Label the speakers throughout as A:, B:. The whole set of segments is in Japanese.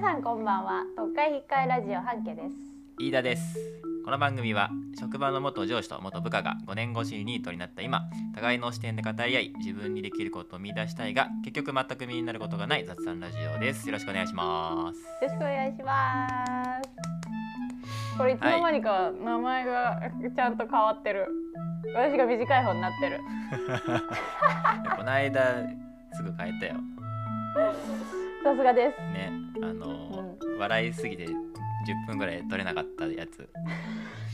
A: さんこんばんは特会引っ換えラジオ半家です
B: 飯田ですこの番組は職場の元上司と元部下が5年越しにニートになった今互いの視点で語り合い自分にできることを見出したいが結局全く身になることがない雑談ラジオですよろしくお願いします
A: よろしくお願いしますこれいつの間にか名前がちゃんと変わってる、私が短い方になってる
B: この間すぐ変えたよ
A: さすがです
B: ねあの、笑いすぎて10分ぐらい取れなかったやつ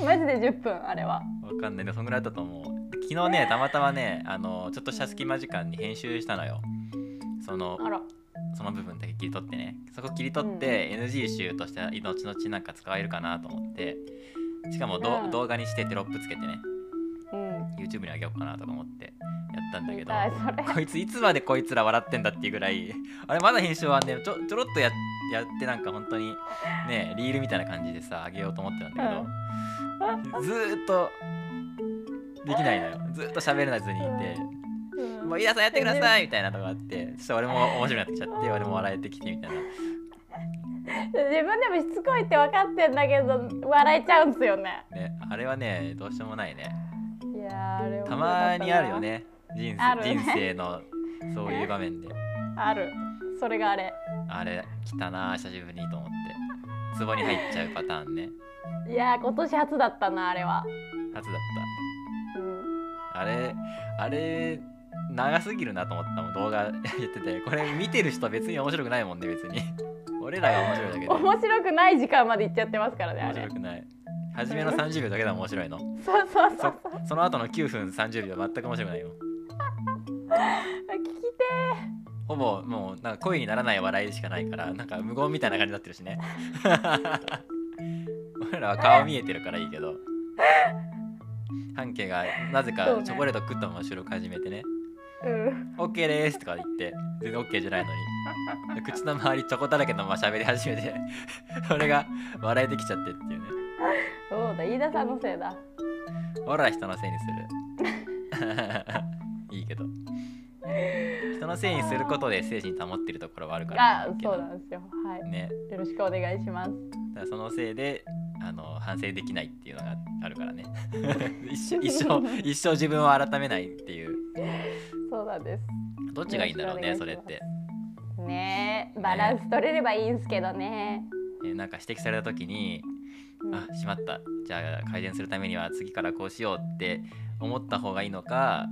A: マジで10分あれは
B: わかんないでもそんぐらいだったと思う昨日ねたまたまねあのちょっとした隙間時間に編集したのよその
A: あら
B: その部分だけ切り取ってねそこ切り取って NG 集として後々なんか使えるかなと思ってしかもど、
A: うん
B: 動画にしてテロップつけてね
A: うん
B: YouTube にあげようかなとか思ってやったんだけど
A: 痛いそれ
B: こいついつまでこいつら笑ってんだっていうぐらいあれまだ編集はねちょちょろっとややってなんか本当にねリールみたいな感じでさあげようと思ってたんだけど、ずーっとできないのよずーっと喋らずにいて。
A: うん
B: もう飯田さんやってくださいみたいなのがあってちょっと俺も面白くなってきちゃって俺も笑えてきてみたいな
A: 自分でもしつこいって分かってんだけど笑えちゃうんすよね
B: ねあれはねどうしようもないね
A: いやーあれ面白かったた
B: ま
A: な
B: にあるよね人
A: あ
B: 生
A: るね
B: 人 生のそういう場面で
A: あるそれがあれ
B: あれ来たな久しぶりにと思って壺に入っちゃうパターンね
A: いやー今年初だったなあれは、
B: 初だっ
A: うん、
B: たあれあれ長すぎるなと思ったもん動画 言っててこれ見てる人別に面白くないもんね別に 俺らが面白いだけで面
A: 面白くない時間まで行っちゃってますからねあれ
B: 白くない初めの30秒だけだも面白いの
A: そうそうそう
B: そその後の9分30秒全く面白くないよ
A: 聞きて
B: ほぼもうなんか声にならない笑いしかないからなんか無言みたいな感じになってるしね 俺らは顔見えてるからいいけど半径がなぜ
A: そう
B: か
A: ね
B: チョコレート食ったまま収録始めてね
A: ーうん
B: 「OK です」とか言って全然 OK じゃないのに口の周りチョコだらけのまま喋り始めて 俺が笑えてきちゃってっていうね
A: そうだ飯田さんのせいだ
B: 俺ら人のせいにする いいけど人のせいにすることで精神保ってるところはあるから
A: あそうなんですよはい
B: ね
A: よろしくお願いします
B: だからそのせいであの反省できないっていうのがあ るからね一生一生一生自分を改めないっていう
A: そうなんです
B: どっちがいいんだろう
A: よ
B: ね
A: ろしく
B: そ
A: お願
B: れ
A: いしま
B: っ
A: す
B: て、
A: ねえバランス取れればいいんすけどね
B: えーなんか指摘された時に
A: うん
B: あしまったじゃあ改善するためには次からこうしようって思った方がいいのか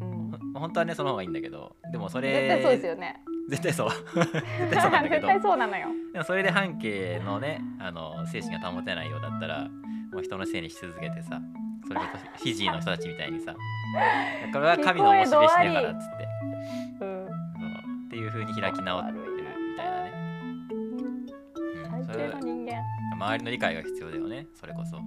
A: うん
B: ほ本当はねその方がいいんだけどでもそ
A: 絶
B: れ
A: 対そうですよね
B: 絶対そう 絶対そうなんだけど
A: 絶対そうなのよ
B: でもそれで半径のねあの精神が保てないようだったらもう人のせいにし続けてさそれこそフィジーの人たちみたいにさこれは神のおしべしてるからっつって
A: うん
B: そうっていう風に開き直ってるみたいなね、うん、そ
A: 最低
B: れ
A: の
B: は
A: 人間
B: 周りの理解が必要だよねそれこそ
A: はい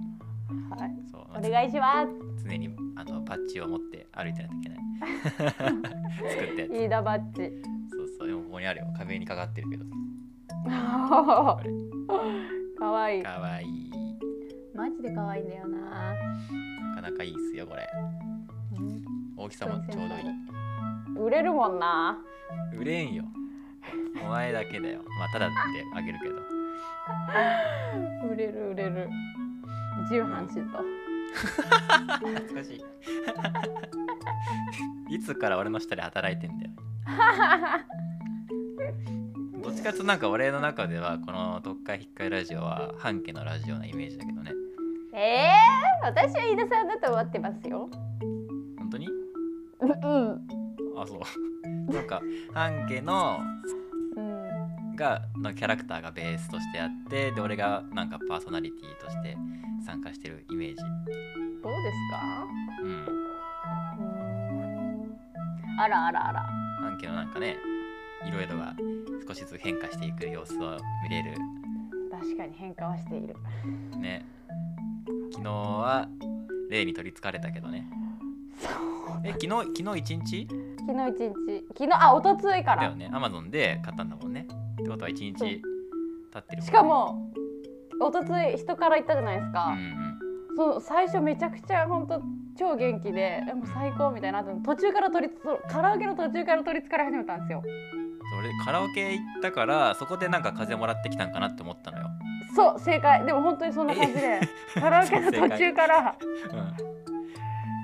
B: そう
A: お願いします
B: 常にあのパッチを持って歩いてないとい けない作ってやつ
A: 飯田バッジ
B: そうそうでもここにあるよ壁にかかってるけど
A: か わいい
B: かわいい
A: マジでかわいいんだよな
B: なかなかいいっすよこれ大きさもちょうどいい
A: 売れるもんな
B: 売れんよお前だけだよまあただってあげるけど
A: 売れる売れる重版しと
B: 懐かしい いつから俺の下で働いてんだよどっちかっていうとなんか俺の中ではこの「特会引っかえラジオ」は半家のラジオなイメージだけどね
A: えー、私は飯田さんだと思ってますよ
B: 本当に
A: うんうん
B: あそう なんか半家の
A: うん
B: がのキャラクターがベースとしてあってで俺がなんかパーソナリティとして参加してるイメージ
A: どうですか
B: うん
A: うーんあらあらあら
B: 半径のなんかねいろいろが少しずつ変化していく様子を見れる
A: 確かに変化はしている
B: ね昨日は例に取りつかれたけどね
A: そう
B: え昨日昨日一日
A: 昨日一日昨日あ一昨日か
B: だ
A: ら
B: よねアマゾンで買ったんだもんねってことは一日
A: そう
B: 経ってるもんね
A: しかも一昨日人から言ったじゃないです
B: う
A: か、
B: ん
A: そう最初めちゃくちゃ本当超元気でえもう最高みたいな後途中から取りそうカラオケの途中から取りつかれ始めたんですよ
B: それカラオケ行ったからそこでなんか風もらってきたんかなって思ったのよ、
A: そう正解でも本当にそんな感じでカラオケの途中から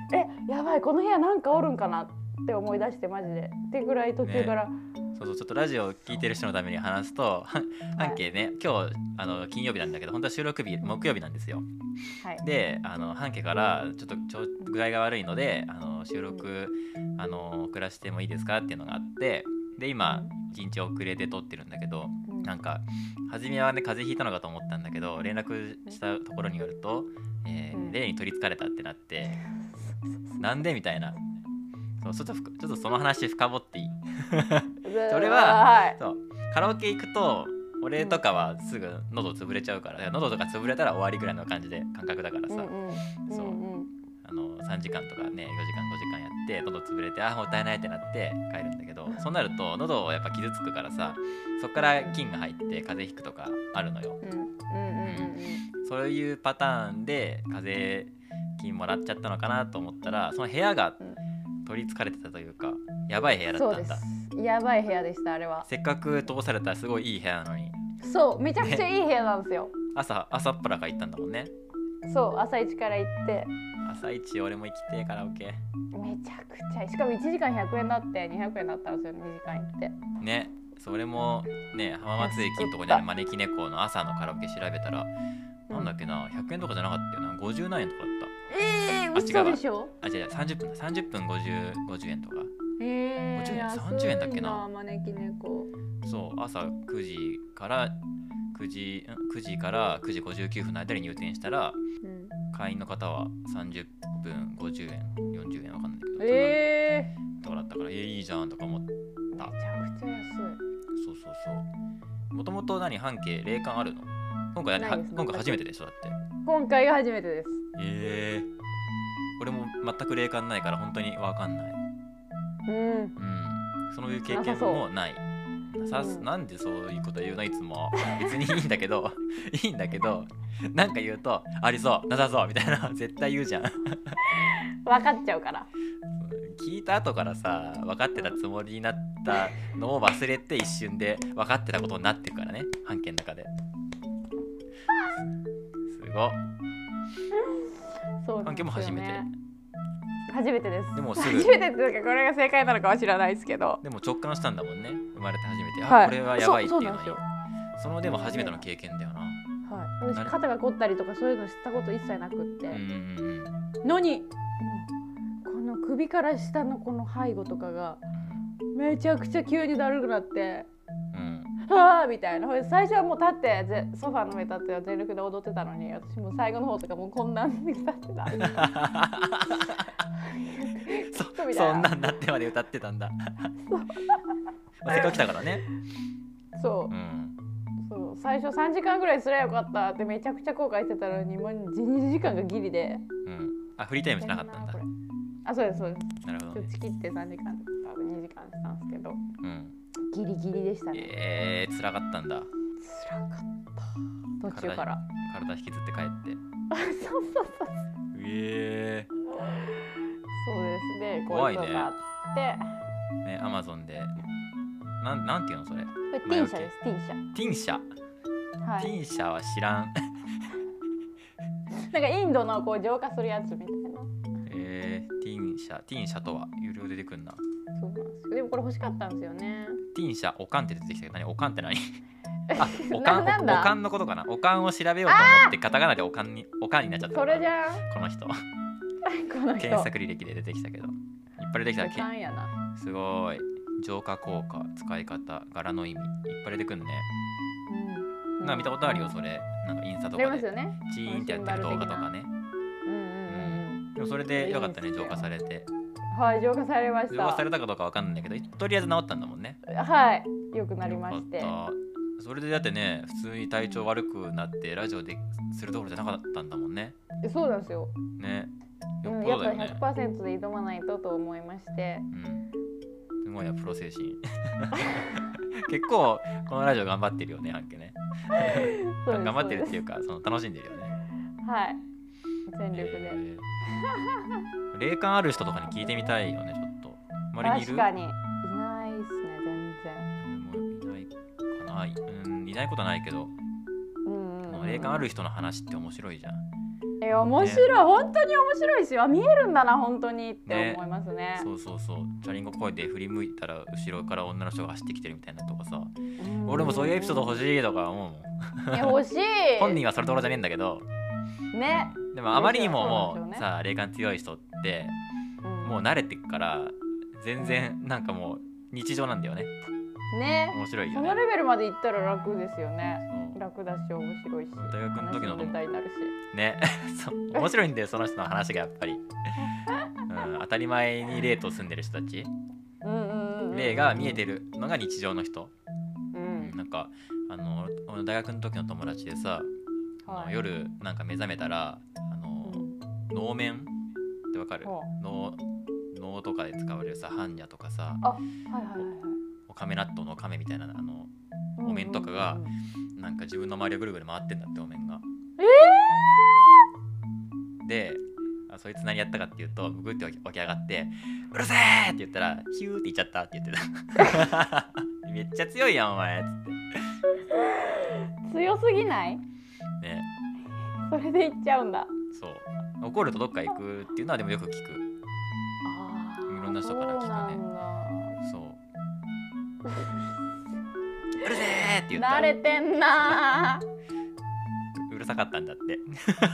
B: うん、
A: えやばいこの部屋なんかおるんかなって思い出してマジでってぐらい途中から、
B: そうそうちょっとラジオを聞いてる人のために話すと は半径ね今日あの金曜日なんだけど本当は収録日木曜日なんですよ
A: はい
B: であの半径からちょっとちょ具合が悪いのであの収録あの遅らせてもいいですかっていうのがあってで今一日遅れて撮ってるんだけど
A: うん
B: なんか初めはね風邪ひいたのかと思ったんだけど連絡したところによると、えー
A: うん
B: 霊に取りつかれたってなってなんでみたいなそうそうちょっとふちょっとその話深掘っていいそれは
A: はい
B: そうカラオケ行くと俺とかはすぐ喉潰れちゃうからだから喉とか潰れたら終わりぐらいの感じで感覚だからさ、
A: うんうん
B: そう
A: うんうん
B: あの3時間とかね4時間5時間やって喉潰れてあーもったいないってなって帰るんだけどそうなると喉をやっぱ傷つくからさそっから菌が入って風邪ひくとかあるのよ
A: うんうんうんうん
B: そういうパターンで風邪菌もらっちゃったのかなと思ったらその部屋が取りつかれてたというかやばい部屋
A: うん
B: だ
A: そう
B: った
A: で
B: んだ
A: すやばい部屋でしたあれは
B: せっかく通されたすごいいい部屋なのに
A: そうめちゃくちゃいい部屋なんですよ
B: 朝朝っぱらから行ったんだもんね
A: そう朝一から行って
B: 朝一俺も行きてえカラオケ
A: めちゃくちゃいいしかも1時間100円だって200円だったんですよ2時間行って
B: ねそれもね浜松駅のとこにある招き猫の朝のカラオケ調べたら、
A: うん
B: なんだっけな100円とかじゃなかったよな50何円とかだっ
A: ええ
B: あ違うわ
A: 嘘でしょ
B: たあ違う違う30分だ30分 50, 50円とか
A: ええ
B: 50円30円だっけな
A: 安い招き猫
B: そう朝9時から9時ん9時から9時59分の間に入店したら
A: うん
B: 会員の方は30分50円40円わかんないけど、
A: ええ
B: そんなとかだったからえいいじゃんとか思って
A: めちゃくちゃ安
B: そうそうそうもともと何半径霊感あるの今回だって
A: ないで
B: は
A: す
B: 今回初めてでしょだって
A: い今回が初めてです
B: ええ俺も全く霊感ないから本当に分かんない
A: うん
B: うんそういう経
A: な
B: 験
A: さそう
B: もないさす
A: うん
B: なんでそういうこと言うのいつも別にいいんだけど いいんだけどなんか言うとありそうなさそうみたいな絶対言うじゃん
A: 分かっちゃうから
B: 聞いた後からさ分かってたつもりになったのを忘れて一瞬で分かってたことになってるからね半径の中ですごっ
A: そうなん
B: 関
A: です
B: 係
A: よ、ね、
B: も初めて
A: 初めてです
B: でもすぐ
A: 初めてっていうかこれが正解なのかは知らないですけど
B: でも直感したんだもんね生まれて初めて、
A: はい
B: あこれはやばいっていうのに
A: そうそう
B: そ
A: な
B: のでも初めての経験だよな、
A: はい、私
B: なる
A: 肩が凝ったりとかそういうの知ったこと一切なくって、
B: うんうんうん
A: のにもうこの首から下のこの背後とかがめちゃくちゃ急にだるくなって
B: うん
A: 「はあ」みたいなほいで最初はもう立ってぜソファーの上立って全力で踊ってたのに私もう最後の方とかもうこんなんに立ってた
B: そ
A: そうみたいな
B: そんなんなってまで歌ってたんだまあせっかく来たか らね、、
A: そううんそう最初3時間ぐらいすりゃよかったってめちゃくちゃ後悔してたのにもう12時間がギリで
B: うん、あフリータイムしなかったんだ
A: これあそうですそうです
B: なるほど
A: ちょっと
B: ね、
A: チキって3時間多分2時間したんですけど
B: うん、
A: ギリギリでしたね
B: えー、辛かったん
A: 辛
B: だ
A: かった途中から
B: 体引きずって帰って
A: そうそうそう
B: え
A: そうですねこ
B: 怖
A: う
B: い
A: いう
B: ね
A: のがあって
B: えねアマゾンでなんなんていうのそれ
A: これティンシャですティンシ
B: ティンシャ、
A: ャは
B: テ
A: い
B: ィンシャは知らん
A: なんかインドのこう浄化するやつみたいな
B: えー、ティンシャティンシャとは有料で出てくんな
A: そうなんですよでもこれ欲しかったんですよね
B: ティンシャオカンって出てきたけど何オカンっ て何あオ
A: な
B: カ
A: なん
B: ン
A: だ
B: オカンのことかなオカンを調べようと思ってカタカナでオカンにオカンになっちゃった
A: それじゃん
B: この人
A: この人
B: 検索履歴で出てきたけどいっぱい出てきた
A: 時
B: け
A: 間やな
B: すごい浄化効果使い方柄の意味いっぱい出てくんね
A: うん
B: なんか見たことあるよそれなんかインスタ
A: あ
B: と
A: り
B: か
A: ます
B: で
A: よね
B: チーンってやってる動画とかね
A: うんうんうん
B: でもそれでよかった
A: い
B: ね
A: いです
B: 浄
A: よ
B: 化されて
A: うんはい浄化されまし
B: 浄
A: た
B: 化されたかどうかわかんないけどとりあえず治ったんだもんね
A: はい良くなりまして
B: よかったそれでだってね普通に体調悪くなってラジオでするどころじゃなかったんだもんね
A: えそうなんですよ
B: ねよ
A: うん
B: っぽ
A: や
B: ど
A: っ
B: だ
A: ぱ
B: よ
A: り
B: ね、
A: 100%で挑まないとと思いまして
B: うん、すごいなプロ精神 結構このラジオ頑張ってるよね半家ね
A: そうです
B: 頑張ってるっ
A: そう
B: ていうかその楽しんでるよね
A: ですはい全力で、
B: えー霊感ある人とかに聞いてみたいよねちょっと周りにい
A: 確
B: る
A: かにいないっすね全然
B: 俺もいないかないうんいないことはないけど、
A: うんうんうん、
B: 霊感ある人の話って面白いじゃん、
A: え面白い、本当に面白いですよあ見えるんだな本当にって思いますね
B: そうそうそうチャリンコ声で振り向いたら後ろから女の人が走ってきてるみたいなとかさ
A: ん
B: 俺もそういうエピソード欲しいとか思うもん
A: いや欲しい
B: 本人はそれどころじゃねえんだけど
A: ね、
B: でもあまりにも
A: そうな
B: も
A: ん
B: う
A: ですよね
B: さ霊感強い人って
A: うん
B: もう慣れてくから全然なんかもう日常なんだよね
A: ね
B: 面白いよ
A: そ
B: ね
A: のレベルまでいったら楽ですよね
B: そう
A: 楽だし面白いし
B: 大学の時の
A: 話ネタになるし
B: ね そう面白いんだよその人の話がやっぱり、うん、当たり前に霊と住んでる人たち
A: うんうんうんうん
B: 霊が見えてるのが日常の人、
A: う
B: うん
A: ん
B: なんかあの俺の大学の時の友達でさ、あ
A: は
B: の
A: い
B: 夜なんか目覚めたらあの、
A: うん
B: 能面ってわかる
A: ほ
B: 能能とかで使われるさ般若とかさ
A: あはいはいはいはい
B: おかめ納豆のおかめみたいなあの
A: うんうんうんうん
B: お面とかがなんか自分の周りをぐるぐる回ってんだってお面が。であそいつ何やったかっていうとグって起き起き上がって「うるせえ!」って言ったら「ヒュー」って言っちゃったって言ってた 「めっちゃ強いやんお前」っつって
A: 強すぎない
B: ね
A: それでいっちゃうんだ
B: そう怒るとどっか行くっていうのはでもよく聞く
A: あー
B: いろんな人から聞くね
A: そうなん
B: そう「うるせえ!」って言った
A: だ慣
B: ら
A: れてんなー
B: うるさかったんだって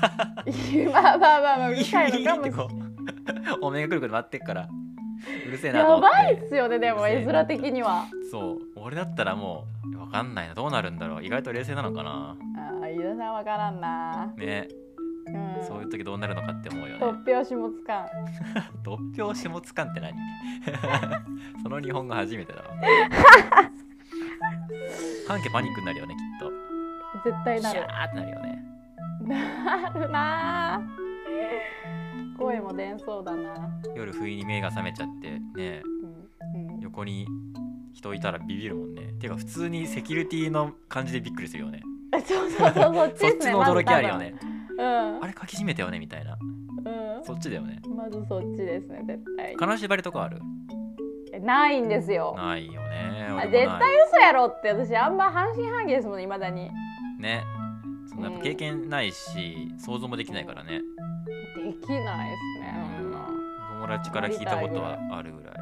A: まあまあまあ まあうる
B: ヒ
A: さ
B: ュ
A: いのかも
B: ーって
A: しれない
B: こうお面がぐるぐる回ってっからうるせえなと
A: や
B: 思って
A: ばいっすよねでも
B: うる
A: 絵
B: せえな
A: 面的には
B: そう俺だったらもう分かんないなどうなるんだろう意外と冷静なのかな
A: ああ井田さんわからんな
B: ね
A: うん
B: そういう時どうなるのかって思うよね
A: 突拍子もつかん
B: 突拍子もつかんって何 その日本語初め てだわ半径パニックになるよねきっ
A: 絶対
B: と
A: な
B: シャ
A: る
B: ーってなるよね
A: なるなあ声も出んそうだな、
B: 夜不意に目が覚めちゃってね
A: うんうん
B: 横に人いたらビビるもんねてか普通にセキュリティの感じでびっくりするよね
A: そうそうそうそっち
B: そっ
A: です
B: ち
A: ね
B: の驚きあるよね
A: ま
B: あれ鍵閉めたよねみたいな
A: ず多分
B: そっちだよね
A: うん、うん、まずそっちですね絶対
B: 金縛りとかある
A: えないんですよ
B: ないよね
A: あ
B: 俺
A: 絶
B: もない
A: 対嘘やろって私あんま半信半疑ですもんいまだに
B: ねそのやっぱ経験ないし、想像もできないからね、
A: できないですね
B: 友達から聞いたことはあるぐらい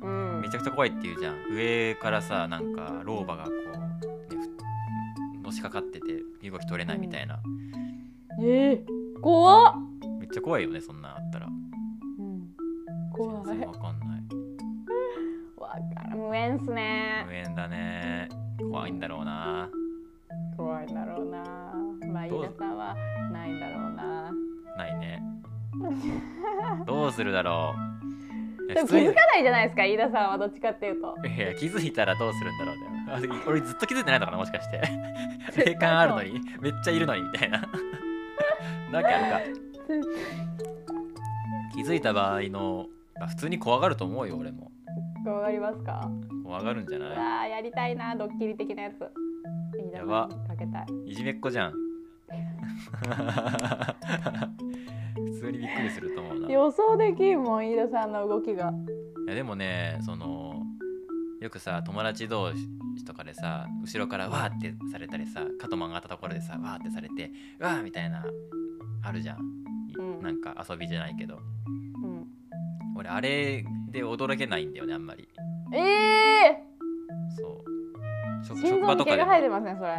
A: そんな
B: めちゃくちゃ怖いって言うじゃん上からさなんか老婆がこう、ねふのしかかってて身動き取れないみたいな、
A: うんええ怖っ、
B: めっちゃ怖いよねそんなんあったら
A: うん、怖
B: 全
A: い
B: 然わかんない
A: わかる無縁っすね
B: 無縁だね怖いんだろうな
A: 怖いんだろうなまあ飯
B: どう
A: 田さんはないんだろうな
B: ない ねどうするだろうい
A: で
B: や
A: も
B: 普
A: 気
B: 通に
A: づかないじゃないですか飯田さんはどっちかっていうと
B: いや気づいたらどうするんだろうねあ俺ずっと気づいてないのかなもしかして霊感あるのにめっちゃいるのにみたいなだけあるか気づいた場合のあ普通に怖がると思うよ俺も
A: わかりますか
B: 怖がるんじゃ
A: う
B: な
A: わあやりたいなドッキリ的なやつ飯田
B: や
A: さ
B: ば
A: んにかけたい
B: いいじめっ子じ ゃん普通にびっくりすると思うないや
A: 予想できんもん飯田さんの動きが
B: でもねそのよくさ友達同士とかでさ後ろからわーってされたりさ肩曲がったところでさわーってされてわーみたいなあるじゃん、い
A: うん
B: なんか遊びじゃないけど
A: うん
B: 俺あれで驚けないんだよねあんまり
A: ええ
B: そう職
A: 心
B: 職
A: 臓
B: 場
A: に
B: とか
A: 毛
B: で
A: が
B: も
A: 生えてますねそれ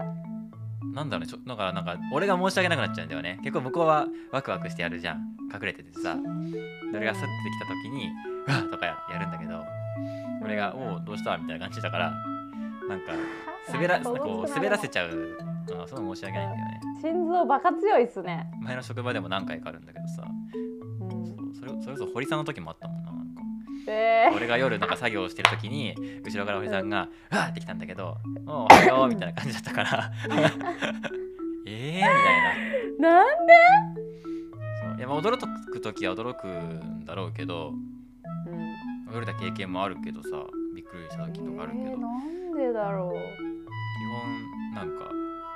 B: なんだろうねちょだからなんか俺が申し訳なくなっちゃうんだよね結構向こうはワクワクしてやるじゃん隠れててさ誰が去ってきた時に「うわっ!」とかややるんだけど俺が「おおどうした?」みたいな感じだからなんか滑らこう滑らせちゃうのがすごい申し訳ないんだよね
A: 心臓バカ強いっすね、
B: 前の職場でも何回かあるんだけどさ
A: うん、
B: そうそれそれこそ堀さんの時もあったもんななんか
A: ええ
B: 俺が夜なんか作業してる時に後ろからおじさんが「わーって来たんだけど「おうおはよう」みたいな感じだったから 「えー」みたいな
A: なんで、
B: そういやまあ驚く時は驚くんだろうけど
A: うん
B: 驚いた経験もあるけどさびっくりした時とかあるけど、
A: えー
B: 基
A: なんでだろう
B: 本なんか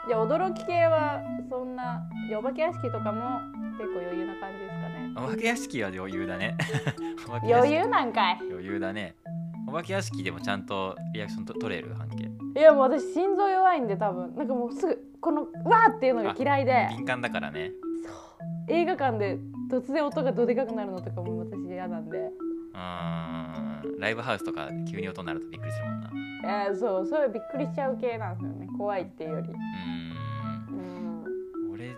A: いや驚き系はそんなお化け屋敷とかも結構余裕な感じですかね
B: お化け屋敷は余裕だね お化け屋敷
A: 余裕なんかい
B: 余裕だねお化け屋敷でもちゃんとリアクションと取れる半径
A: いやもう私心臓弱いんで多分なんかもうすぐこの「わ!」っていうのが嫌いで
B: 敏感だからね
A: 映画館で突然音がどでかくなるのとかも私嫌なんで、
B: うーんライブハウスとか急に音鳴るとびっくりするもんなう
A: えー、そうそういうびっくりしちゃう系なんですよね怖いっていうより
B: ー
A: うん
B: ん俺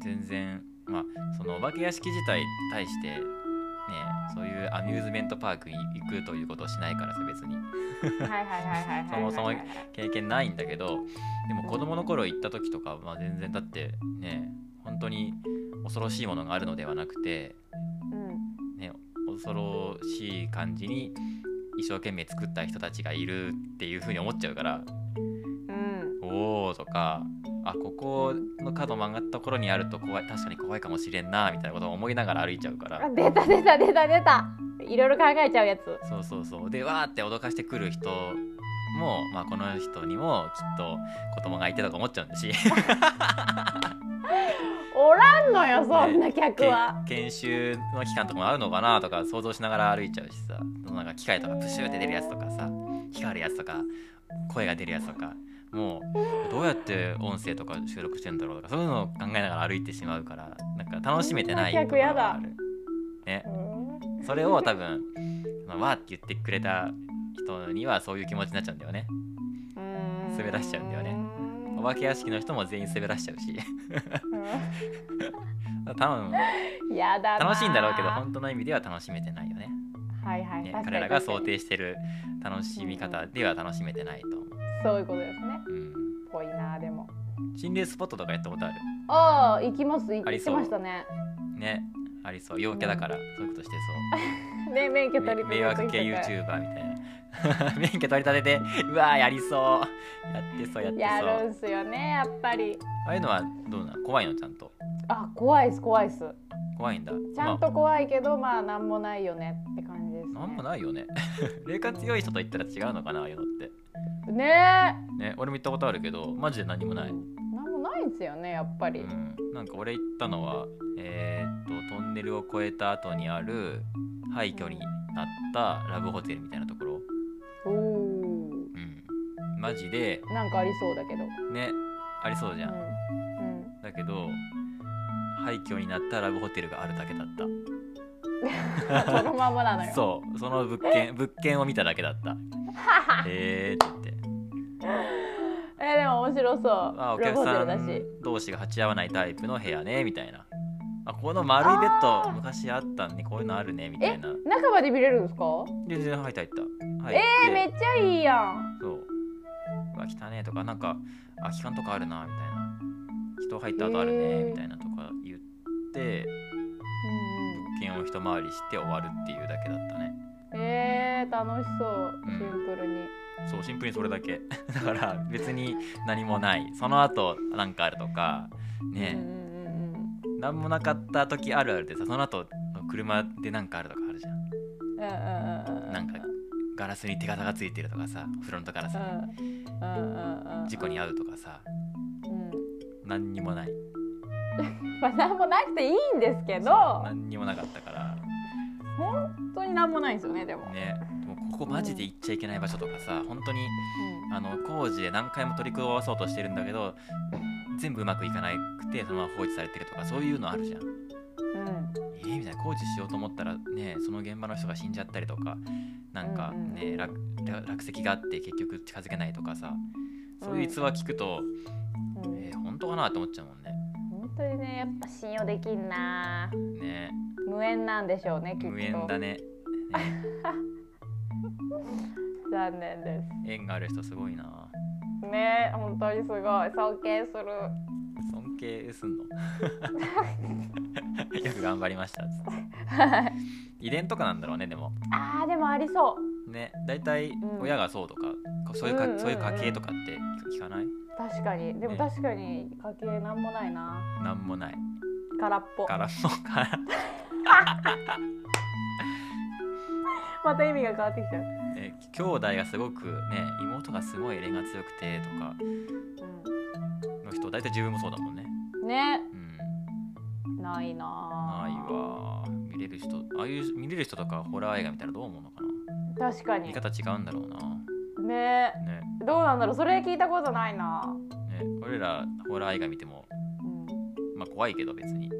B: 全然まあそのお化け屋敷自体に対してねそういうアミューズメントパークに行くということをしないからさ別に
A: はいはいはいはいはいはいはいはい
B: そもそも経験ないんだけどでも子供の頃行った時とかはまあ全然だってね本当に恐ろしいものがあるのではなくて
A: うん
B: ね、恐ろしい感じに一生懸命作った人たちがいるっていう風に思っちゃうから
A: うん
B: 「おー」とか「あここの角曲がった頃にあると怖い確かに怖いかもしれんな」みたいなことを思いながら歩いちゃうから
A: あ出た出た出た出たいろいろ考えちゃうやつ
B: そうそうそうでわーって脅かしてくる人も、まあ、この人にもきっと子供がいてとか思っちゃうんだし
A: おらんのよそんな客
B: け
A: は、
B: 研修の期間とかもあるのかなとか想像しながら歩いちゃうしさそのなんか機械とかプシューって出るやつとかさ光るやつとか声が出るやつとかもうどうやって音声とか収録してんだろうとかそういうのを考えながら歩いてしまうからなんか楽しめてない
A: そんな
B: と
A: 客
B: ころがあ
A: や
B: る
A: うん
B: それを多分まあわーって言ってくれた人にはそういう気持ちになっちゃうんだよね滑らしちゃうんだよねお化け屋敷の人も全員滑らしちゃうし 多分
A: うんやだな
B: 楽しいんだろうけど本当の意味では楽しめてないよね
A: はいはい、
B: ね、
A: 確かに
B: 彼らが想定してる楽しみ方では楽しめてないと思う、
A: そういうことですね
B: うん、
A: ぽいなでも
B: 心霊スポットとかやったことある
A: ああ行きます行
B: あり
A: って
B: そう
A: ましたね
B: ねありそう陽キャだからそういうことして
A: ね免許
B: そう
A: 取り
B: め
A: 立て
B: 迷惑系
A: とか
B: YouTuber みたいな 免許取り立ててうわーやりそうやってそうやって
A: や
B: そう
A: るんすよねやっぱり
B: ああいうのはどうなの怖いのちゃんと
A: あ怖いっす怖いっす
B: 怖いんだ
A: ちゃんと怖いけどまあなんもないよねって感じですね
B: まあなんもないよね 霊感強い人と言ったら違うのかなああいうのって
A: ねえ
B: ね俺も行ったことあるけどマジで何もない
A: なんもないんすよねやっぱり、
B: うん、なんか俺行ったのはえーっとトンネルを越えた後にある廃墟になったラブホテルみたいなところ、
A: お
B: うん、マジで
A: おなんかありそうだけど
B: ねありそうじゃ、
A: うんん、うん
B: だけど廃墟になったラブホテルがあるだけだっ
A: そのままなの
B: た
A: よ。
B: そうその物件物件を見ただけだ ったえーって言って
A: えでも面白そう。
B: あお
A: ラ
B: 客
A: ブホ
B: さ
A: テルだし。
B: ん同士が鉢合わないタイプの部屋ねみたいなあこの丸いベッド昔あったんでこういうのあるねみたいな
A: 中まで見れるんですか？
B: 全然入った入った入っ
A: え
B: て
A: ー、めっちゃいいやん。
B: そう。うわ、汚ねえとか、なんか、空き缶とかあるな、みたいな。人入った後あるね、
A: へえ
B: みたいなとか言って、物件を一回りして終わるっていうだけだったね。
A: うん、えー、楽しそう。
B: うん
A: シンプルに。
B: そう、シンプルにそれだけ。 だから、別に何もない。その後、なんかあるとか、
A: うん
B: ね、
A: うんうん
B: 何もなかった時あるあるでさ、その後、車でなんかあるとかあるじゃん。
A: うん。うんうんうん。
B: なんか、ガラスに手形がついてるとかさ、フロントガラス
A: う
B: に
A: ん。うんうんうん。
B: 事故に遭うとかさ、
A: うん。
B: 何にもない。
A: まあなんもなくていいんですけど、
B: そう
A: 本
B: 何にもなかったから。
A: 当になんもないんですよねでも。
B: ね、でもここマジで行っちゃいけない場所とかさ本当にあの工事で何回も取り組まそうとしてるんだけど全部うまくいかなくてそのまま放置されてるとかそういうのあるじゃん。
A: うん。うん。
B: えーみたいな工事しようと思ったらねその現場の人が死んじゃったりとかなんか
A: うんうん
B: ね、落落落石があって結局近づけないとかさそういう逸話聞くと、
A: うん
B: えー本当かなって思っちゃうもんね。
A: 本当にねやっぱ信用できんな。
B: ね
A: 無縁なんでしょうねきっと。
B: 無縁だねね
A: 残念です。
B: 縁がある人すごいな
A: ね本当にすごい尊敬する
B: 尊敬す んのよく頑張りましたっつって遺伝とかなんだろうねでも
A: あーでもありそう
B: ね大体
A: うん
B: 親がそうとか、そういうか、
A: うんうんうん
B: そういう家系とかって聞かない
A: 確かにでも
B: ね
A: 確かに家系なんもないな
B: なんもない
A: 空っぽ
B: からもから、
A: また意味が変わってきちゃう、
B: ね、兄弟がすごくね妹がすごい霊が強くてとかの人大体自分もそうだもんね
A: うん、ね
B: うん
A: ないな
B: ない
A: な
B: わ見れる人ああいう見れる人とかホラー映画見たらどう思うのかな
A: 確か
B: 見
A: に
B: 方違うんだろうな
A: ね
B: ね
A: どうなんだろうそれ聞いたことないな、
B: ね俺らホラー映画見ても
A: うん、
B: まあ怖いけど別に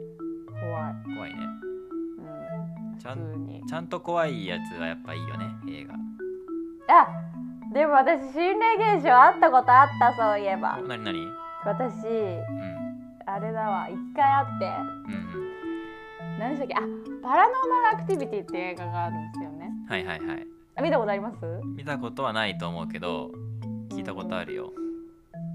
A: 怖い、
B: 怖いね
A: う
B: ちゃ
A: ん、普
B: ん
A: 通に
B: ちゃんと怖いやつはやっぱいいよね映画
A: あでも私心霊現象あったことあったそういえば
B: お何何うん
A: 私あれだわ一回あって
B: うん
A: 何でしたっけあパラノーマルアクティビティっていう映画があるんですよね
B: うんはいはいはい
A: あ見たことあります
B: 見たことはないと思うけど聞いたことあるよ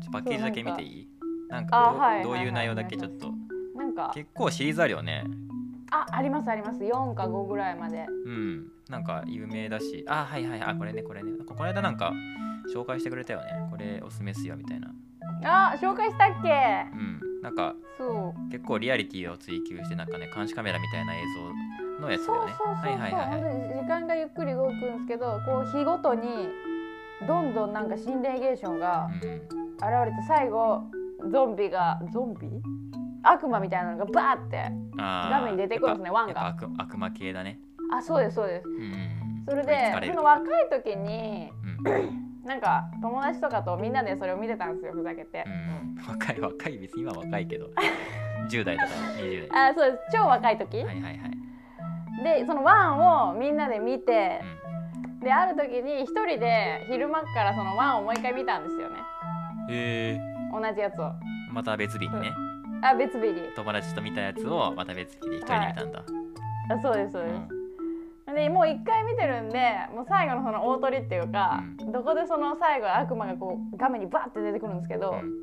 B: ちょパッケージだけ見ていいなんか
A: あ
B: どう
A: はい
B: どう
A: はい
B: い
A: は
B: う
A: い
B: 内容だっけ
A: お
B: ちょ
A: 願
B: っ
A: いし
B: と
A: なんか
B: 結構シリーズあるよね
A: あありますあります4か5ぐらいまで
B: うんなんか有名だしあはいはいあこれねこれねなんかこの間なんか紹介してくれたよねこれおすすめっすよみたいな
A: あ紹介したっけ
B: うんなんか
A: そう
B: 結構リアリティを追求してなんかね監視カメラみたいな映像のやつだ
A: そうそ
B: よ
A: う
B: ね
A: そうそう、
B: はいはいはいはい
A: 本当に時間がゆっくり動くんですけどこう日ごとにどんどんなんか心霊現象が
B: うん
A: 現れて最後ゾンビがゾンビ悪魔みたいなのがバーって
B: あー
A: 画面に出てくるんですね
B: やっぱ
A: ワンが
B: やっぱ悪悪魔系だね
A: あそうですそうです
B: うん
A: それ
B: 取り憑か
A: でそ
B: れる
A: の若い時に
B: うんうん
A: なんか友達とかとみんなでそれを見てたんですよふざけて、
B: 若い若い別に今は若いけど10代とか20代
A: あそうです超若い時、
B: はいはいはい
A: でそのワンをみんなで見て
B: う、ん
A: である時に一人で昼間からそのワンをもう一回見たんですよね
B: え
A: 同じやつを
B: ー、また別日にね
A: あ別日に
B: 友達と見たやつをまた別日で一人で見たんだ、
A: あそうですそう
B: う
A: です、
B: ん
A: でもう一回見てるんでもう最後のその大鳥っていうか、どこでその最後悪魔がこう画面にバーって出てくるんですけど、
B: うん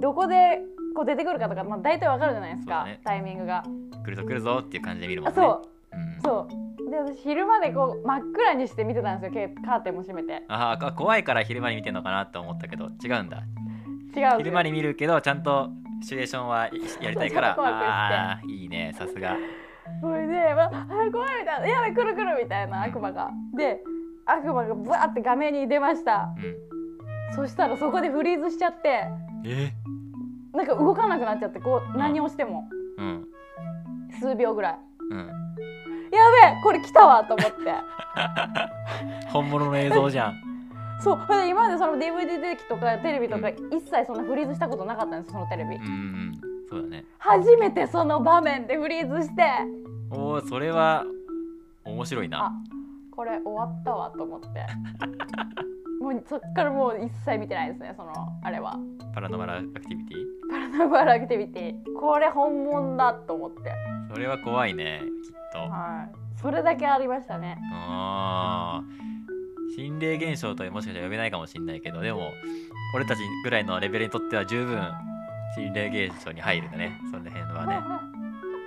A: どこでこう出てくるかとか、まあ、大体わかるじゃないです
B: そう
A: か、
B: だね
A: タイミングが。
B: 来るぞ来るぞっていう感じで見るも
A: あ
B: んね
A: そう
B: うん
A: そうで私昼までこう真っ暗にして見てたんですよけカーテンも閉めて
B: あーか怖いから昼間に見てんのかなと思ったけど違うんだ
A: 違うんですよ
B: 昼間に見るけどちゃんとシチュエーションはやりたいから
A: そうちゃんとワクワ
B: ああーいいねさすが
A: それで、まあ、あ怖いみたいなやべ来る来るみたいな悪魔がで悪魔がバーって画面に出ました
B: うん
A: そしたらそこでフリーズしちゃって
B: え
A: なんか動かなくなっちゃってこ
B: う
A: うん何をしても
B: うん
A: 数秒ぐらい
B: うん
A: やべえこれ来たわと思って
B: 本物の映像じゃん
A: そうそれで今までその DVD デッキとかテレビとか一切そんなフリーズしたことなかったんですそのテレビ
B: うんうんそうだね
A: 初めてその場面でフリーズして
B: おおそれは面白い
A: あ
B: な
A: これ終わったわと思ってもうそっからもう一切見てないですねそのあれは
B: パラノーマルアクティビティ
A: パラノーマルアクティビティこれ本物だと思って
B: それは怖いねきっと
A: はいそれだけありましたね
B: あー心霊現象とはもしかしたら呼べないかもしれないけどでも俺たちぐらいのレベルにとっては十分心霊現象に入るんだねその辺はね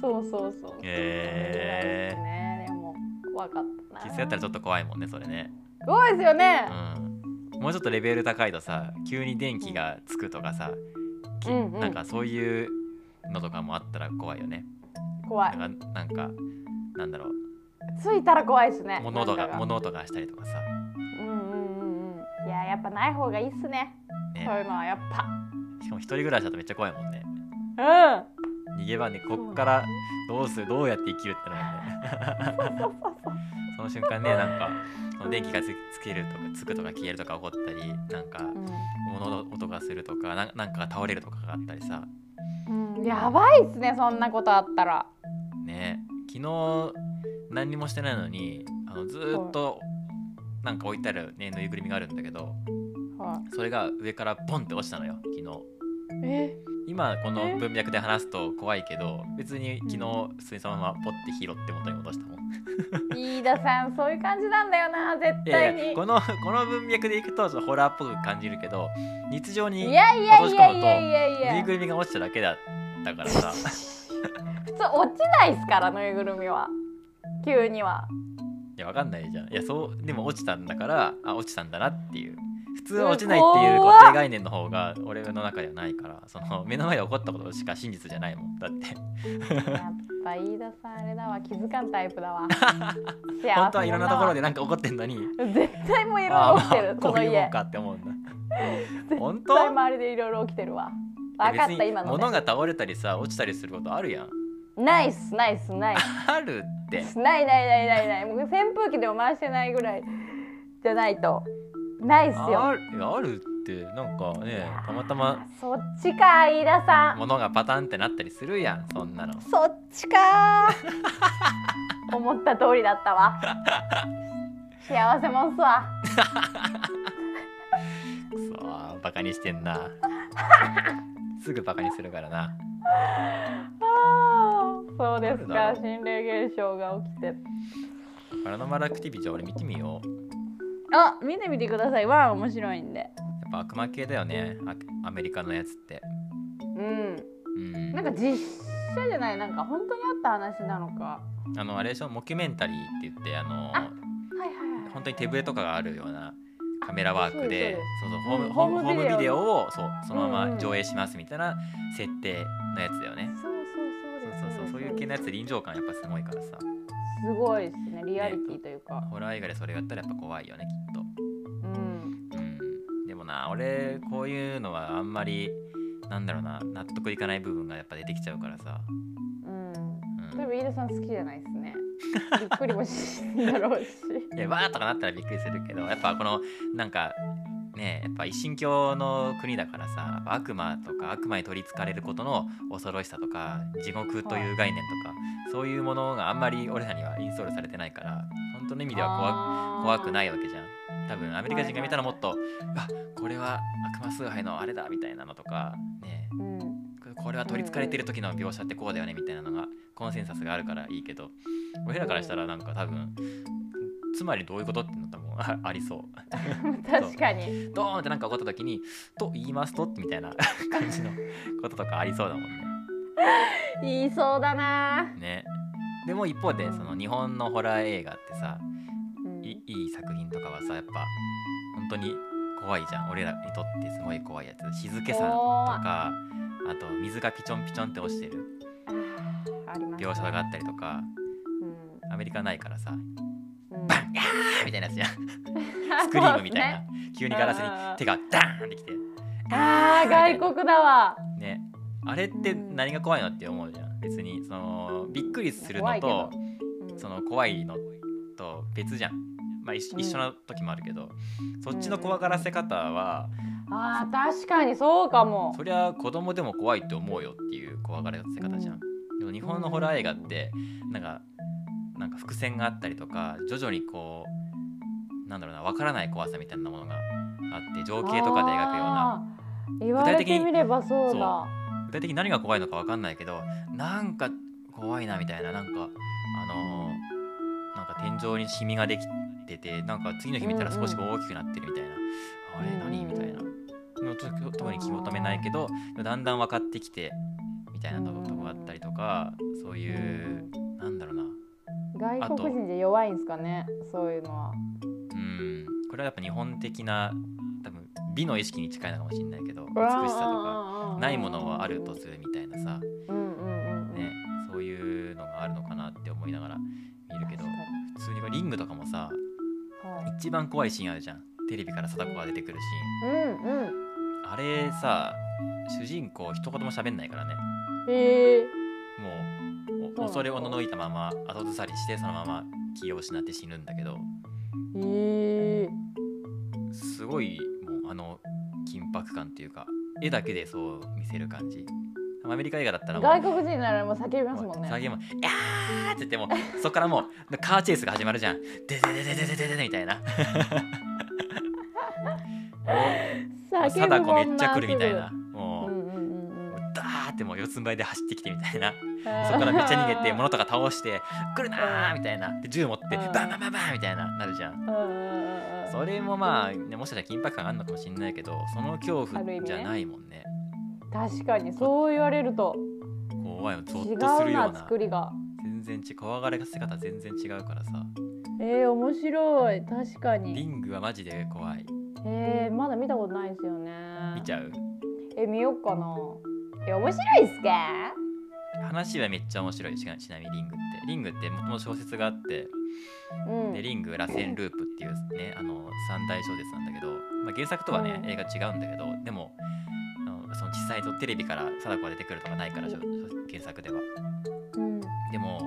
A: そうそうそう
B: へー
A: ねでも怖かったな
B: 実際やったらちょっと怖いもんねそれね
A: 怖いですよね、
B: うんもうちょっとレベル高いとさ急に電気がつくとかさ、き
A: うんうん
B: なんかそういうのとかもあったら怖いよね
A: 怖い
B: なんかなんかなんだろう
A: ついたら怖いですね
B: 物音
A: なん
B: が
A: か
B: 物音がしたりとかさ
A: うんうんうんうんいややっぱない方がいいっすね
B: ね
A: そういうのはやっ
B: しかも一人暮らしだとめっちゃ怖いもんね
A: ぱ
B: 逃げ場ね
A: う
B: こっからどうするどうやって生きるって なるもんねその瞬間ねなんかその電気がつつけるとかつくとか消えるとか起こったりなんか
A: うん、
B: 物音がするとかなんなんかが倒れるとかがあったりさ
A: うんうん、やばいっすねそんなことあったら
B: ね昨日何にもしてないのにあのずーっとなんか置いてある、ね、ぬいぐるみがあるんだけど
A: はい
B: それが上からポンって落ちたのよ昨日
A: え
B: 今こ
A: え
B: の文脈で話すと怖いけど別に昨日普通にそのままポッて拾って元に戻したもん
A: 飯田さんそういう感じなんだよな絶
B: いや
A: 対
B: い
A: に
B: やこのこの文脈でいくとちょっとホラーっぽく感じるけど日常に
A: い
B: ぬ
A: やいやいやいやいやいや
B: いぐるみが落ちただけだったから さ
A: 普通落ちないっすからぬいぐるみは急にはい
B: やわかんないじゃんいやそうでも落ちたんだからあ落ちたんだなっていう普通は落ちないっていう
A: うわ
B: 固定概念の方が俺の中ではないからその目の前で起こったことしか真実じゃないもんだって
A: やっぱ飯田さんあれだわ気づかんタイプだ わ
B: 本当はいろんなところ
A: で
B: でなんか起こってんのに
A: 絶対もうい
B: あ
A: ろいろ起きてる
B: ーまあ
A: こ
B: こう
A: の
B: いうもん
A: 家
B: かって思うんだ本
A: 絶対
B: 当
A: 周りでいろいろ起きてるわ分かっ
B: 別
A: た
B: に
A: 今の
B: 物
A: で
B: が倒れたりさ落ちたりすることあるやん
A: ナイスナイスナイ
B: あるって
A: スないないないないないもう扇風機でも回してないぐらいじゃないとないっすよ
B: あるいやあるってなんかねたまたま
A: そっちか飯田さん
B: 物がパタンってなったりするやんそんなの
A: そっちかー 思った通りだったわ幸せもんっすわ
B: くそーバカにしてんな すぐバカにするからな
A: あーそうですか
B: なるだろう
A: 心霊現象が起きて
B: パラノマルアクティビティ俺見てみようや
A: あ見てみてくださいわあ面白いんで
B: っぱ悪魔系だよねあアメリカのやつって
A: うん
B: うん
A: なんか実写じゃないなんか本当にあった話なのか
B: あのあれでしょモキュメンタリーって言ってあ
A: あ
B: の
A: はいはいはい
B: 本当に手ぶれとかがあるようなカメラワークでそうそうホー
A: う
B: ム
A: んホ
B: ホームホ
A: ームビ
B: ー
A: デオ
B: ムビデオをそうそのま
A: うんう
B: ま
A: ん
B: 上映しますみたいな設定のやつだよね
A: そうそ
B: そう
A: うそう
B: そうそうそういう系のやつ臨場感やっぱすごいからさ
A: すごいですねリアリティというか、
B: ホラー映画でそれやったらやっぱ怖いよねきっ
A: うん
B: とうんでもな俺こういうのはあんまりなんだろうな納得いかない部分がやっぱ出てきちゃうからさ、
A: うん
B: うん
A: 多分飯田さん好きじゃないです ねびっくりもしんだろうし
B: いやわーとかなったらびっくりするけどやっぱこのなんかねやっぱ一神教の国だからさやっぱ悪魔とか悪魔に取りつかれることの恐ろしさとか地獄という概念とかそういうものがあんまり俺らにはインストールされてないから本当の意味では怖怖くないいわけじゃん多分アメリカ人が見たらもっと「あこれは悪魔崇拝のあれだ」みたいなのとかね
A: うん
B: これは取りつかれてる時の描写ってこうだよねみたいなのがコンセンサスがあるからいいけど俺らからしたらなんか多分つまりどういうことってなったらもうあありそう
A: 確かに
B: ドーンってなんか起こった時に「と言いますと」みたいな 感じのこととかありそうだもん
A: 言いそうだな、
B: ね。ねでも一方でその日本のホラー映画ってさ
A: うん
B: いいい作品とかはさやっぱ本当に怖いじゃん俺らにとってすごい怖いやつ静けさとかあと水がピチョンピチョンって落ちてる
A: あります
B: 描写があったりとか
A: うん
B: アメリカないからさ「
A: うん
B: バンヤー!」みたいな やつじゃん スクリームみたいな、急にガラス
A: あー
B: に手がダーンってきて
A: あー外国だわ
B: ねあれって
A: うん
B: 何が怖いのって思うじゃん別にそのびっくりする
A: 怖
B: の
A: いけど
B: と
A: うん
B: その怖いのと別じゃんまあ一緒一緒の時もあるけど、そっちの怖がらせ方は、
A: あー確かにそうかも
B: そりゃ子供でも怖いって思うよっていう怖がらせ方じゃん、でも日本のホラー映画ってなんかなんか伏線があったりとか徐々にこうなんだろうな分からない怖さみたいなものがあって情景とかで描くような
A: あー言われてみればそうだ
B: 具体的に何が怖いのか分かんないけどなんか怖いなみたいななんかあのーなんか天井にシミができててなんか次の日見たら少しこう大きくなってるみたいな、
A: うんうん
B: あれ何みたいなでもと特に気求めないけどだんだん分かってきてみたいなとことこあったりとかそういうなんだろうな
A: 外国人じゃ弱いんですかねそういうのは
B: うんこれはやっぱ日本的な多分美の意識に近いのかもしれないけど美しさとか
A: か
B: ないものはあるとするみたいなさ
A: うんうんうん
B: ね、そういうのがあるのかなって思いながら見るけど
A: 確か
B: 普通にこれリングとかもさ
A: にはい
B: 一番怖いシーンあるじゃんテレビから貞子が出てくるシ
A: うんうん
B: ーンあれさ主人公一言も喋んないからね
A: ええ
B: もう
A: そう
B: お恐れおののいたまま後ずさりしてそのまま気を失って死ぬんだけど
A: ええ
B: すごいもうあの緊迫感っていうか絵だけでそう見せる感じアメリカ映画だったらもう
A: 外国人ならもう叫びますもんね
B: 最近も「いやー!」って言っても うそこからもうカーチェイスが始まるじゃん「ででででででででで」みた いな
A: 叫ぶ
B: 貞子
A: も
B: め
A: ん
B: っちゃ来るみたいなも
A: う
B: うん
A: うんうんうん
B: ダーってもう四つん這いで走ってきてみたいなそこからめっちゃ逃げて物とか倒して「来るな!」みたいなで銃持って
A: うん
B: バンバンバンバンみたいななるじゃん
A: うんうんうんうん
B: それもまあ、ね、もしかしたら緊迫感があるのかもしれないけどその恐
A: ある意味ね
B: 怖じゃないもんね
A: 確かにそう言われると
B: 怖いのゾ
A: 違
B: ッ
A: う
B: とするよ
A: な
B: うな
A: 作りが
B: 全然違う怖がらせ方全然違うからさ
A: えー、面白い確か
B: リ
A: に
B: ングはマジで怖い
A: えー、まだ見たことないですよね
B: 見ちゃう
A: え見よっかないや面白いっすか
B: 話はめっちゃ面白いしかちなみにリングってリングってもともと小説があって
A: うん
B: でリング螺旋ループっていうねあの三大小説なんだけど、まあ、原作とはね
A: うん
B: 映画違うんだけどでもあのその実際とテレビから貞子が出てくるとかないからしょしょ原作では
A: うん
B: でも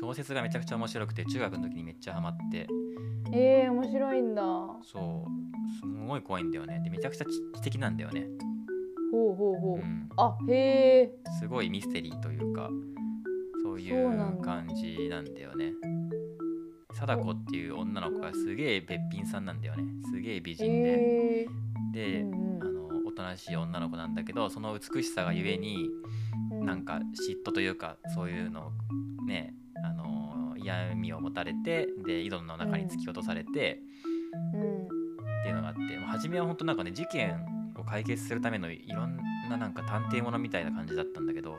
B: 小説がめちゃくちゃ面白くて中学の時にめっちゃハマって
A: えー、面白いんだほ
B: そうすんごい怖いんだよねでめちゃくちゃ知知的なんだよね、
A: うほうほう
B: う、
A: んあへえ
B: すごいミステリーというかそうい
A: そうなん
B: う
A: だ
B: 感じなんだよね貞子っていう女の子がすげえべっぴんさんなんだよねすげえ美人で、
A: え
B: で、
A: うんうん
B: あのおとなしい女の子なんだけどその美しさがゆえに
A: ー、
B: なんか嫉妬というかそういうのをねあの嫌味を持たれてで井戸の中に突き落とされて、
A: うん
B: っていうのがあって、まあ、初めは本当なんかね事件を解決するためのいろんななんか探偵ものみたいな感じだったんだけど
A: は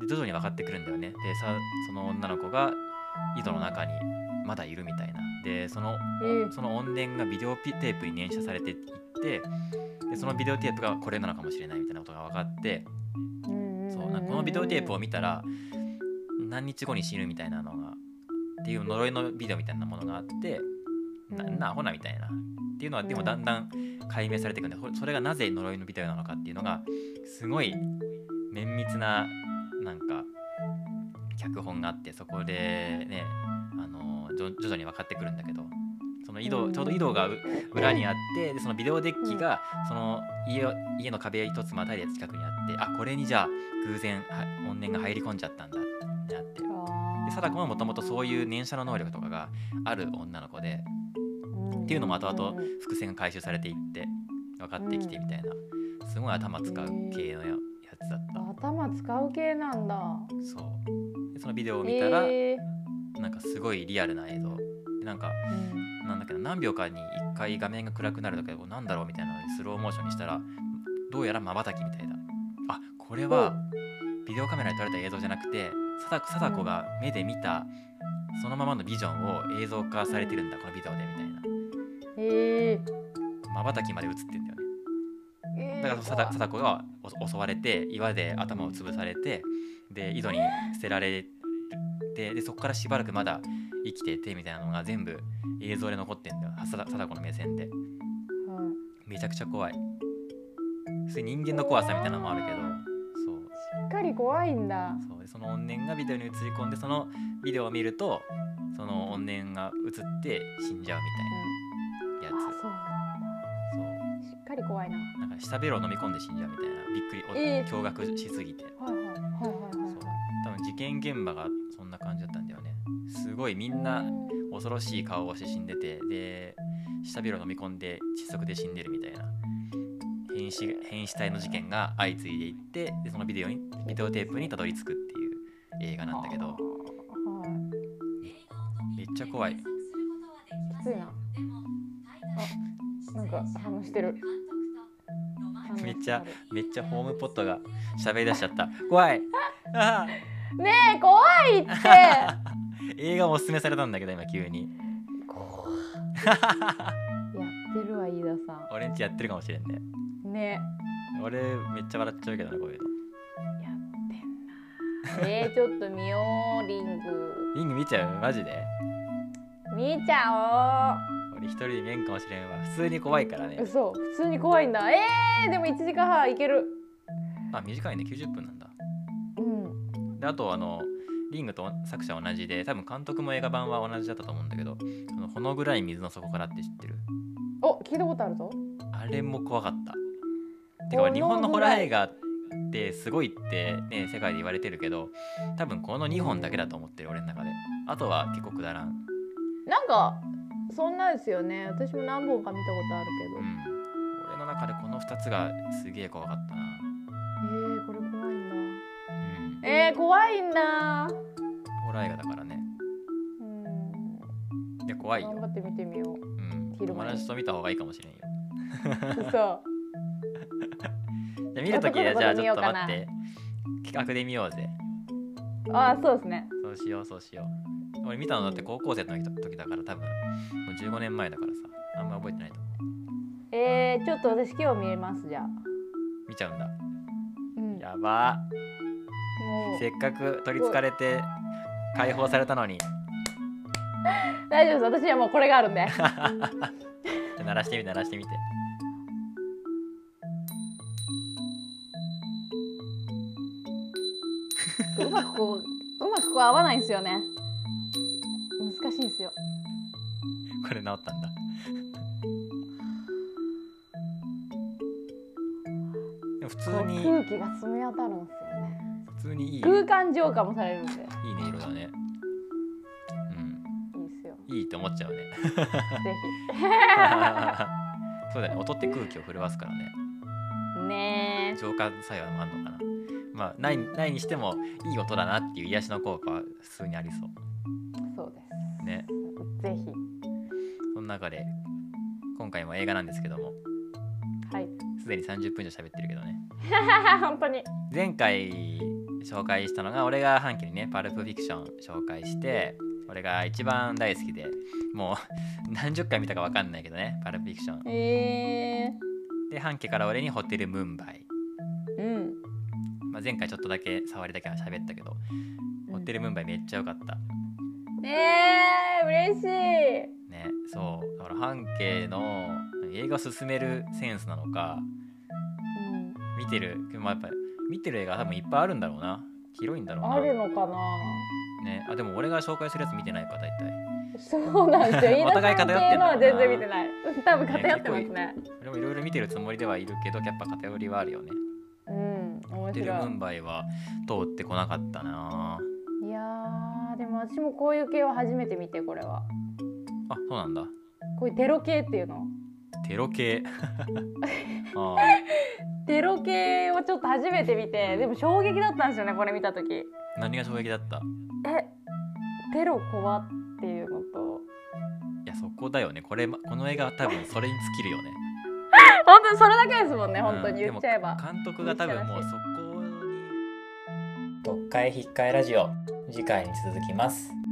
A: い
B: で徐々に分かってくるんだよねでさその女の子が井戸の中にまだいるみたいなでその
A: えー、
B: その怨念がビデオテープに連写されていってでそのビデオテープがこれなのかもしれないみたいなことが分かって
A: うんん
B: そうなんかこのビデオテープを
A: 見
B: 見たら何日後に死ぬみたいなのがっていう呪いのビデオみたいなものがあってな
A: うん
B: なアホなみたいなっていうのはで
A: う
B: も
A: ん
B: だんだん解明されていくんでほそれがなぜ呪いのビデオなのかっていうのがすごい綿密ななんか脚本があってそこでねあのじょ徐々に分かってくるんだけどその井
A: う
B: 戸
A: ん
B: ちょうど井戸がう裏にあってでそのビデオデッキがその家を家の壁一つまたいで近くにあってあこれにじゃあ偶然は怨念が入り込んじゃったんだってなってで貞子ももともとそういう念写の能力とかがある女の子でっていうのも後々伏線が回収されていって分かってきてみたいなすごい頭使う系のややつだった
A: 頭使う系なんだ
B: そうでそのビデオを見たら
A: えー
B: なんかすごいリアルな映像でなんか
A: うん
B: なんだけど何秒かに1回画面が暗くなるだけでこうなんだろうみたいなのでスローモーションにしたらどうやらまばたきみたいだあこれはビデオカメラに撮られた映像じゃなくて貞子貞子が目で見たそのままのビジョンを映像化されてるんだこのビデオでみたいな
A: えー
B: まばたきまで映ってんだよね
A: えー
B: だから貞貞子がお襲われて岩で頭を潰されてで井戸に捨てられてでそこからしばらくまだ生きててみたいなのが全部映像で残ってんだよは貞貞子の目線で
A: はい
B: めちゃくちゃ怖い普通に人間の怖さみたいなのもあるけどそ
A: し
B: う
A: っかり怖いんだ
B: そうでその怨念がビデオに映り込んでそのビデオを見るとその怨念が映って死んじゃうみた
A: あ
B: いなやつ
A: そう
B: そう
A: しっかり怖いなは
B: なんか舌ベロを飲み込んで死んじゃうみたいなびっくりお、
A: えー
B: 驚愕しすぎて
A: いはいはいはいはいはい
B: 多分事件現場がそんな感じだったんだよねすごいみんな恐ろしい顔をして死んでてで下ビロ飲み込んで窒息で死んでるみたいな変死変死体の事件が相次いでいってでそのビデオにビデオテープにたどり着くっていう映画なんだけど
A: はい
B: めっちゃ怖い
A: きついなあなんか話してる
B: めっちゃめっちゃホームポットが喋り出しちゃった怖い あ
A: ねえ怖いっ て
B: ー映画をおすすめされたんだけど今急に
A: 怖いやってるわ飯田さ
B: 俺んちやってるかもしれんね
A: んね
B: 俺めっちゃ笑っちゃうけどねこういうの
A: やってんなえー、ちょっと見ようリング
B: リング見ちゃうマジで
A: 見ちゃ
B: 俺一人で見えんかもしれんわ普通に怖いからね
A: おう嘘普通に怖いんだえー、でも1時間半いける
B: あ短いね90分なんだ
A: うん
B: であとあのリングと作者同じで多分監督も映画版は同じだったと思うんだけど「あのほの暗い水の底から」って知ってる
A: お聞いたことあるぞ
B: あれも怖かったてか日本のホラー映画ってすごいってね世界で言われてるけど多分この2本だけだと思ってる俺の中であとは結構くだらん
A: なんかそんなですよね私も何本か見たことあるけど、
B: うん俺の中でこの2つがすげえ怖かったな
A: えー、これ怖いんだ
B: うん
A: えー、怖いんだ
B: ホラー映画だからね
A: うん
B: で怖い
A: 頑
B: よ
A: 張って見てみよう
B: うん
A: 昼
B: 友
A: 間に
B: 達と見た方がいいかもしれんよ
A: そ
B: じゃあ見るときはじゃあち
A: 男の子と
B: ょっと
A: 見ようか
B: 待
A: な
B: って企画で見ようぜ
A: うあーそうですね
B: そうしようそうしよう俺見たのだって高校生の時だから多分もう15年前だからさあんま覚えてないと思う
A: えー、ちょっと私今日見れますじゃあ
B: 見ちゃうんだ
A: うん
B: やば
A: も
B: ー
A: う
B: せっかく取りつかれて解放されたのに
A: 大丈夫です私はもうこれがあるんで
B: 鳴らしてみて鳴らしてみて
A: うまくこううまくこう合わないんですよね難しいんですよ
B: これ治ったんだでも普通
A: こう
B: に
A: 空気が澄み渡るんですよね
B: 普通にいいいい
A: 空間浄化もされるんでいいで
B: ね色だね
A: すよ
B: うんいいって思っちゃうね
A: ぜ
B: そうだね音って空気を震わすからね
A: ひね
B: 浄化作用もあるのかなまあないないにしてもいい音だなっていう癒しの効果は普通にありそ
A: えそうで
B: うね
A: すぜひ
B: その中で今回も映画なんですけども
A: はい
B: すでに30分以上喋ってるけどね
A: 本当に
B: 前回紹介したのが俺が半期にね「パルプ・フィクション」紹介して俺が一番大好きでもう 何十回見たか分かんないけどね「パルプ・フィクション
A: え」
B: で半期から俺に「ホテル・ムンバイ
A: ー、うん」
B: まあ、前回ちょっとだけ触りだけは喋ったけどホテ
A: る
B: ル・ムンバイめっちゃ良かった
A: えー、嬉しい
B: ねそうだから半径の映画を進めるセンスなのか見てるまあやっぱ見てる映画多分いっぱいあるんだろうな広いんだろう
A: あ
B: な
A: るのかな
B: ねあでも俺が紹介するやつ見てないか大体
A: そうなんですよ
B: お
A: 飯田
B: 互い
A: さん系
B: 偏ってん
A: の
B: だろうな
A: は全然見てない多分偏ってますね
B: 俺もいろいろ見てるつもりではいるけどやっぱ偏りはあるよね
A: うん面
B: ホテル
A: 白
B: ム
A: い
B: ンバイは通ってこなかったない
A: やーでも私もこういう系は初めて見てこれは
B: あそうなんだ
A: こういうテロ系っていうの
B: テ ロ系あ
A: テロ系をちょっと初めて見てでも衝撃だったんですよねこれ見た時
B: ー何が衝撃だったい
A: えテロ怖っていうのと
B: やそこだよねこれこの映画は多分それに尽きるよね
A: 本当にそれだけですもんね
B: うん
A: 本当に言っちゃえば、
B: 監督が多分もうそこに読解引っかえラジオ次回に続きます